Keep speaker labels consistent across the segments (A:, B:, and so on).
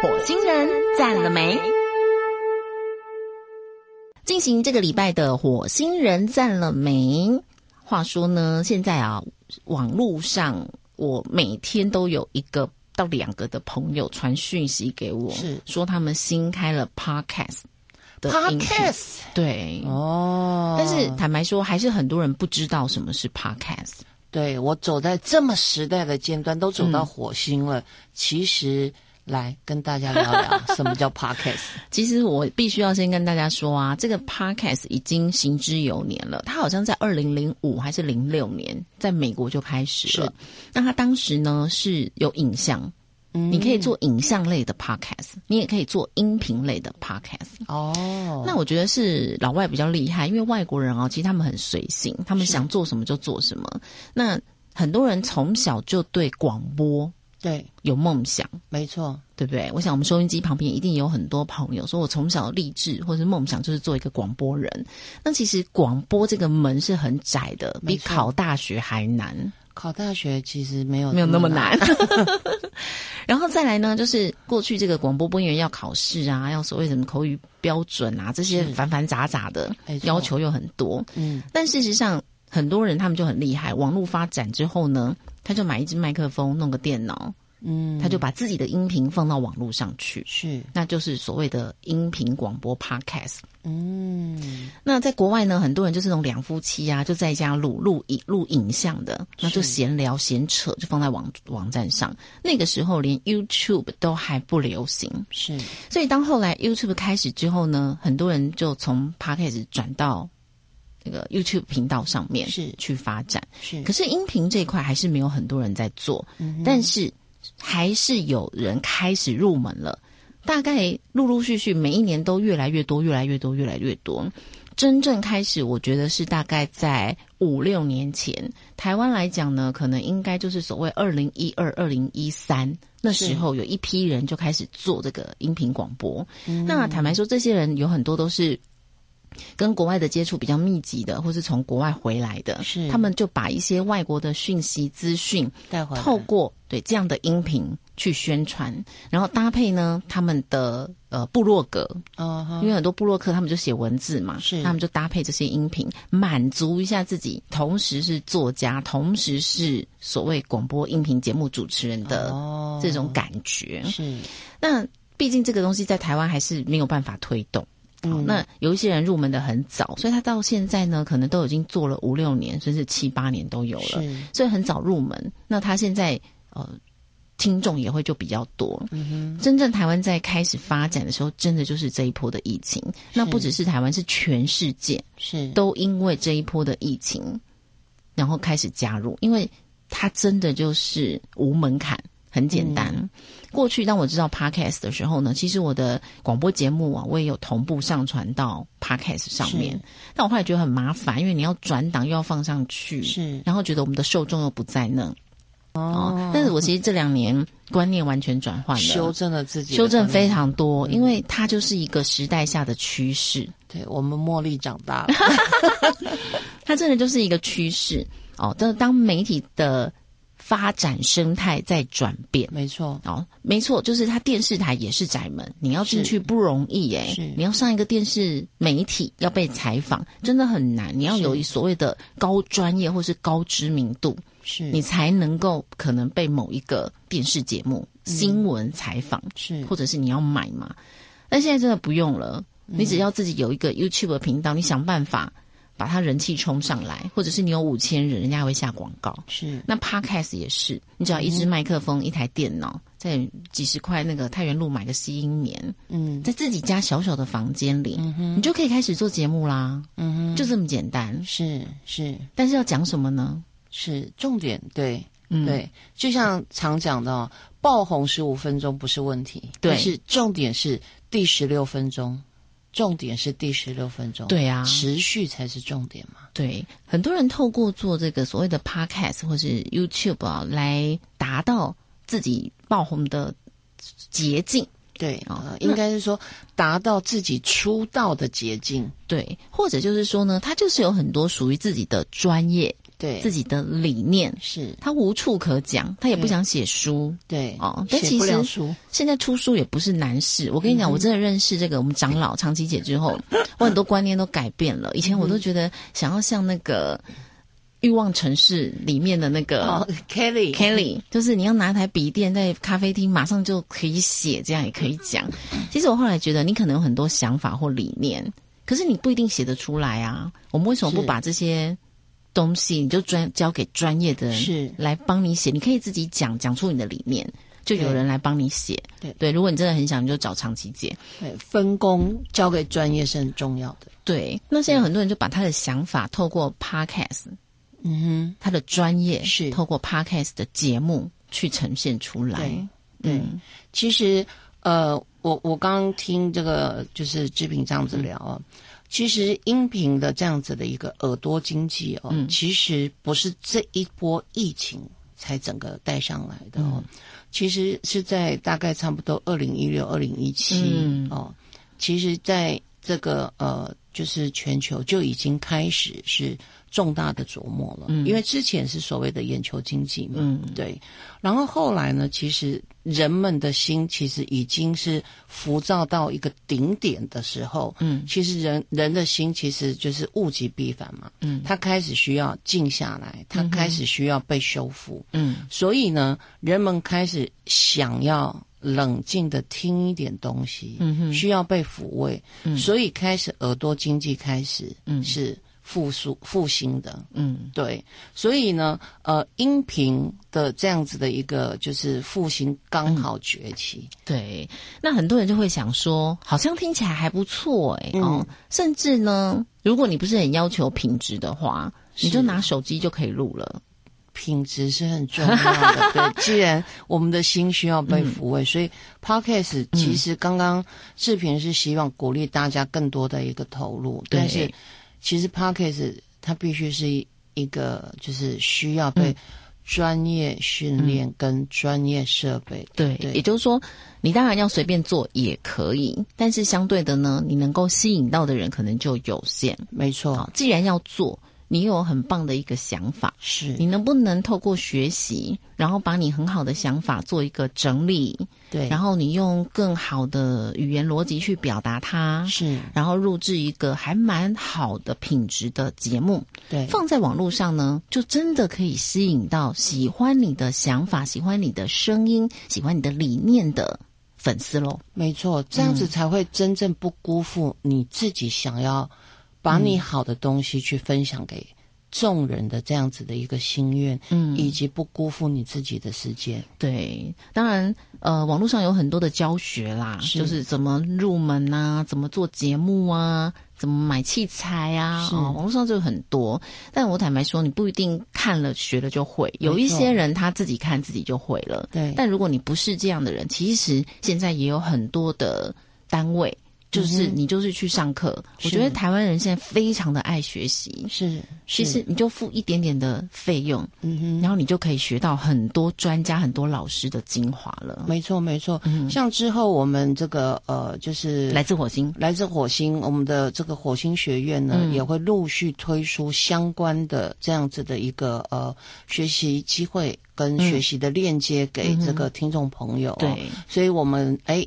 A: 火星人赞了没？进行这个礼拜的火星人赞了没？话说呢，现在啊，网络上我每天都有一个到两个的朋友传讯息给我，
B: 是
A: 说他们新开了 podcast 的音频
B: Podcast
A: 对。
B: 哦，
A: 但是坦白说，还是很多人不知道什么是 podcast。
B: 对我走在这么时代的尖端，都走到火星了，其实来跟大家聊 聊什么叫 Podcast。
A: 其实我必须要先跟大家说啊，这个 podcast 已经行之有年了，它好像在二零零五还是零六年在美国就开始了。那它当时呢是有影像，
B: 嗯
A: 你可以做影像类的 podcast，你也可以做音频类的 podcast。
B: 哦，
A: 那我觉得是老外比较厉害，因为外国人哦，其实他们很随性，他们想做什么就做什么。那很多人从小就对广播
B: 对，
A: 有梦想。
B: 没错，
A: 对不对？我想我们收音机旁边一定有很多朋友说，我从小立志或是梦想就是做一个广播人。那其实广播这个门是很窄的，比
B: 没错
A: 考大学还难，
B: 考大学其实没有
A: 没有那么
B: 难。
A: 难。然后再来呢，就是过去这个广播播音员要考试啊，要所谓什么口语标准啊，这些
B: 是
A: 繁繁杂杂的
B: 没错
A: 要求又很多。
B: 嗯，
A: 但事实上，很多人他们就很厉害。网络发展之后呢，他就买一支麦克风，弄个电脑，
B: 嗯，
A: 他就把自己的音频放到网络上去。
B: 是
A: 那就是所谓的音频广播 podcast。
B: 嗯，
A: 那在国外呢，很多人就是那种两夫妻啊，就在家录录影录影像的，那就闲聊闲扯，就放在网网站上。那个时候连 YouTube 都还不流行，
B: 是
A: 所以当后来 YouTube 开始之后呢，很多人就从 podcast 转到那个 YouTube 频道上面
B: 是
A: 去发展。
B: 是，
A: 可是音频这一块还是没有很多人在做，
B: 嗯哼
A: 但是还是有人开始入门了。大概陆陆续续，每一年都越来越多，越来越多，越来越多。真正开始，我觉得是大概在五六年前，台湾来讲呢，可能应该就是所谓二零一二、二零一三那时候，有一批人就开始做这个音频广播。
B: 嗯
A: 那坦白说，这些人有很多都是跟国外的接触比较密集的，或是从国外回来的，
B: 是
A: 他们就把一些外国的讯息资讯，
B: 带回来
A: 透过对这样的音频去宣传，然后搭配呢他们的呃部落格，
B: 嗯
A: 因
B: 哼，
A: 为很多部落客他们就写文字嘛，
B: 是
A: 他们就搭配这些音频，满足一下自己，同时是作家，同时是所谓广播音频节目主持人的
B: 哦
A: 这种感觉。
B: 是
A: 那毕竟这个东西在台湾还是没有办法推动。好，
B: 嗯
A: 那有一些人入门的很早，所以他到现在呢，可能都已经做了五六年，甚至七八年都有了，
B: 是，
A: 所以很早入门。那他现在呃，听众也会就比较多。
B: 嗯哼，
A: 真正台湾在开始发展的时候，真的就是这一波的疫情。那不只是台湾，是全世界
B: 是
A: 都因为这一波的疫情，然后开始加入，因为它真的就是无门槛，很简单。过去当我知道 podcast 的时候呢，其实我的广播节目啊，我也有同步上传到 podcast 上面
B: 是，
A: 但我后来觉得很麻烦，因为你要转档又要放上去，
B: 是
A: 然后觉得我们的受众又不在那。哦，但是我其实这两年观念完全转换了，
B: 修正了自己的
A: 修正
B: 观念
A: 非常多，因为它就是一个时代下的趋势，
B: 对我们茉莉长大 了，
A: 它真的就是一个趋势哦。但当媒体的发展生态在转变。
B: 没错，
A: 哦，没错，就是它电视台也是宅门，你要进去不容易耶、
B: 是
A: 你要上一个电视媒体要被采访，真的很难。你要有
B: 是
A: 所谓的高专业或是高知名度，
B: 是
A: 你才能够可能被某一个电视节目、
B: 嗯
A: 新闻采访
B: 是
A: 或者是你要买嘛。但现在真的不用了，
B: 嗯
A: 你只要自己有一个 YouTube 的频道，你想办法把它人气冲上来，或者是你有五千人，人家还会下广告。
B: 是
A: 那 Podcast 也是，你只要一支麦克风、一台电脑，在几十块那个太原路买个吸音棉，
B: 嗯
A: 在自己家小小的房间里，
B: 嗯哼
A: 你就可以开始做节目啦，
B: 嗯哼，
A: 就这么简单。
B: 是是
A: 但是要讲什么呢？
B: 是重点，对、
A: 嗯，，
B: 对，就像常讲的、哦，爆红十五分钟不是问题，
A: 对
B: 但是重点是第十六分钟，重点是第十六分钟，、
A: 对啊，
B: 持续才是重点嘛，
A: 对，很多人透过做这个所谓的 podcast 或是 YouTube 啊，来达到自己爆红的捷径，
B: 对，
A: 哦
B: 呃，
A: 那
B: 应该是说达到自己出道的捷径，
A: 对，或者就是说呢，他就是有很多属于自己的专业
B: 对，
A: 自己的理念，
B: 是
A: 他无处可讲，他也不想写书。
B: 对
A: 哦但
B: 写
A: 其
B: 不了
A: 实
B: 书，
A: 现在出书也不是难事。我
B: 嗯
A: 跟你讲，我真的认识这个我们长老长期姐之后，我很多观念都改变了。以前我都觉得想要像那个《欲望城市》里面的那个
B: 哦
A: 呃
B: ，Kelly，
A: Kelly，就是你要拿台笔电在咖啡厅，马上就可以写，这样也可以讲。
B: 嗯
A: 其实我后来觉得，你可能有很多想法或理念，可是你不一定写得出来啊。我们为什么不
B: 是
A: 把这些东西，你就专交给专业的人
B: 是
A: 来帮你写？你可以自己讲，讲出你的理念，就有
B: 对
A: 人来帮你写。
B: 对
A: 对，如果你真的很想，你就找长期姐。
B: 对呃分工交给专业是很重要的。
A: 对，那现在很多人就把他的想法透过 podcast，
B: 嗯
A: 他的专业
B: 是
A: 透过 podcast 的节目去呈现出
B: 哼，
A: 来。嗯
B: 对对、其实呃，我我刚刚听这个就是志平这样子聊啊、其实音频的这样子的一个耳朵经济哦，其实不是这一波疫情才整个带上来的哦，其实是在大概差不多二零一六、二零一七
A: 嗯
B: 哦，其实在这个呃，就是全球就已经开始是重大的琢磨了，因为之前是所谓的眼球经济嘛，
A: 嗯
B: 对，然后后来呢，其实人们的心其实已经是浮躁到一个顶点的时候，
A: 嗯
B: 其实人人的心其实就是物极必反嘛，
A: 嗯
B: 他开始需要静下来，他开始需要被修复，
A: 嗯。
B: 所以呢，人们开始想要冷静的听一点东西，
A: 嗯哼
B: 需要被抚慰，
A: 嗯
B: 所以开始耳朵经济开始
A: 嗯
B: 是复苏复兴的，
A: 嗯
B: 对，所以呢，呃，音频的这样子的一个就是复
A: 嗯
B: 兴刚好崛起，，
A: 对，那很多人就会想说，好像听起来还不错哎、
B: 嗯
A: 哦，甚至呢，如果你不是很要求品质的话，你
B: 是
A: 就拿手机就可以录了。
B: 品质是很重要 的。对，既然我们的心需要被抚
A: 嗯
B: 慰，所以 podcast 其实刚刚视频是希望鼓励大家更多的一个投入，
A: 对
B: 但是其实 podcast 它必须是一个就是需要
A: 嗯
B: 被专业训练跟专业设备。
A: 对，
B: 对
A: 也就是说，你当然要随便做也可以，但是相对的呢，你能够吸引到的人可能就有限。
B: 没错
A: 好，，既然要做，你有很棒的一个想法，
B: 是
A: 你能不能透过学习，然后把你很好的想法做一个整理，
B: 对，
A: 然后你用更好的语言逻辑去表达它？
B: 是
A: 然后录制一个还蛮好的品质的节目，
B: 对，
A: 放在网络上呢，就真的可以吸引到喜欢你的想法、喜欢你的声音、喜欢你的理念的粉丝喽。
B: 没错，这
A: 嗯
B: 样子才会真正不辜负你自己想要把你好的东西去分享给众人的这样子的一个心愿，
A: 嗯
B: 以及不辜负你自己的时间。
A: 对，当然，呃，网络上有很多的教学啦，
B: 是
A: 就是怎么入门啊，怎么做节目啊，怎么买器材啊，
B: 是
A: 哦，网络上就有很多。但我坦白说，你不一定看了学了就会，有一
B: 没错
A: 些人他自己看自己就会了。
B: 对，
A: 但如果你不是这样的人，其实现在也有很多的单位，就是你就是去上课。
B: 嗯是
A: 我觉得台湾人现在非常的爱学习，
B: 是，
A: 其实
B: 是，
A: 你就付一点点的费用，
B: 嗯哼。
A: 然后你就可以学到很多专家、很多老师的精华了。
B: 没错，没错。像之后我们这个呃，就是
A: 嗯来自火星，
B: 来自火星，我们的这个火星学院呢，
A: 嗯
B: 也会陆续推出相关的这样子的一个呃学习机会跟学习的链接给这个听众朋友、
A: 嗯
B: 啊
A: 对，
B: 所以我们哎。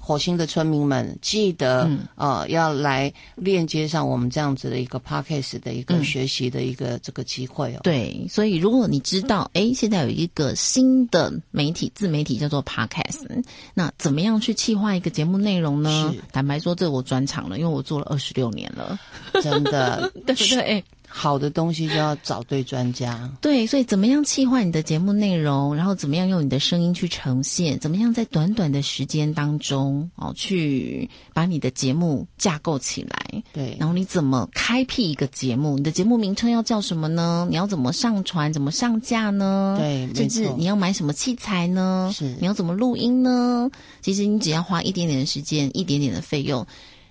B: 火星的村民们，记得、
A: 嗯
B: 呃，要来链接上我们这样子的一个 podcast 的一个学习的一个这个机会哦。
A: 对，所以如果你知道，诶，现在有一个新的媒体自媒体叫做 Podcast，那怎么样去企划一个节目内容呢
B: 是？
A: 坦白说，这我专长了，因为我做了二十六年了，
B: 真的，
A: 对不对？
B: 好的东西就要找对专家。
A: 对，所以怎么样企划你的节目内容，然后怎么样用你的声音去呈现，怎么样在短短的时间当中哦，去把你的节目架构起来，
B: 对，
A: 然后你怎么开辟一个节目？你的节目名称要叫什么呢？你要怎么上传？怎么上架呢？
B: 对没
A: 甚至
B: 错
A: 你要买什么器材呢？
B: 是
A: 你要怎么录音呢？其实你只要花一点点的时间，一点点的费用，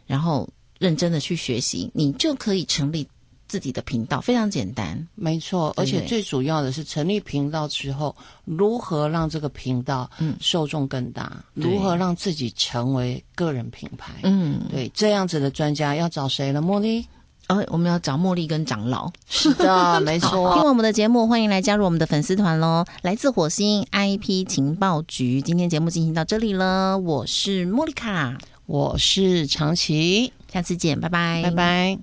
A: 然后认真的去学习，你就可以成立自己的频道，非常简单。
B: 没错，
A: 对
B: 而
A: 不对
B: 且最主要的是成立频道之后，如何让这个频道
A: 嗯
B: 受众更大，
A: 对
B: 如何让自己成为个人品牌。
A: 嗯，
B: 对，这样子的专家要找谁了？茉莉，
A: 呃，我们要找茉莉跟长老。
B: 是的，没
A: 好听
B: 错。
A: 完我们的节目，欢迎来加入我们的粉丝团喽！来自火星 IP 情报局，今天节目进行到这里了，我是莫妮卡，
B: 我是长琪，
A: 下次见，拜拜，
B: 拜拜。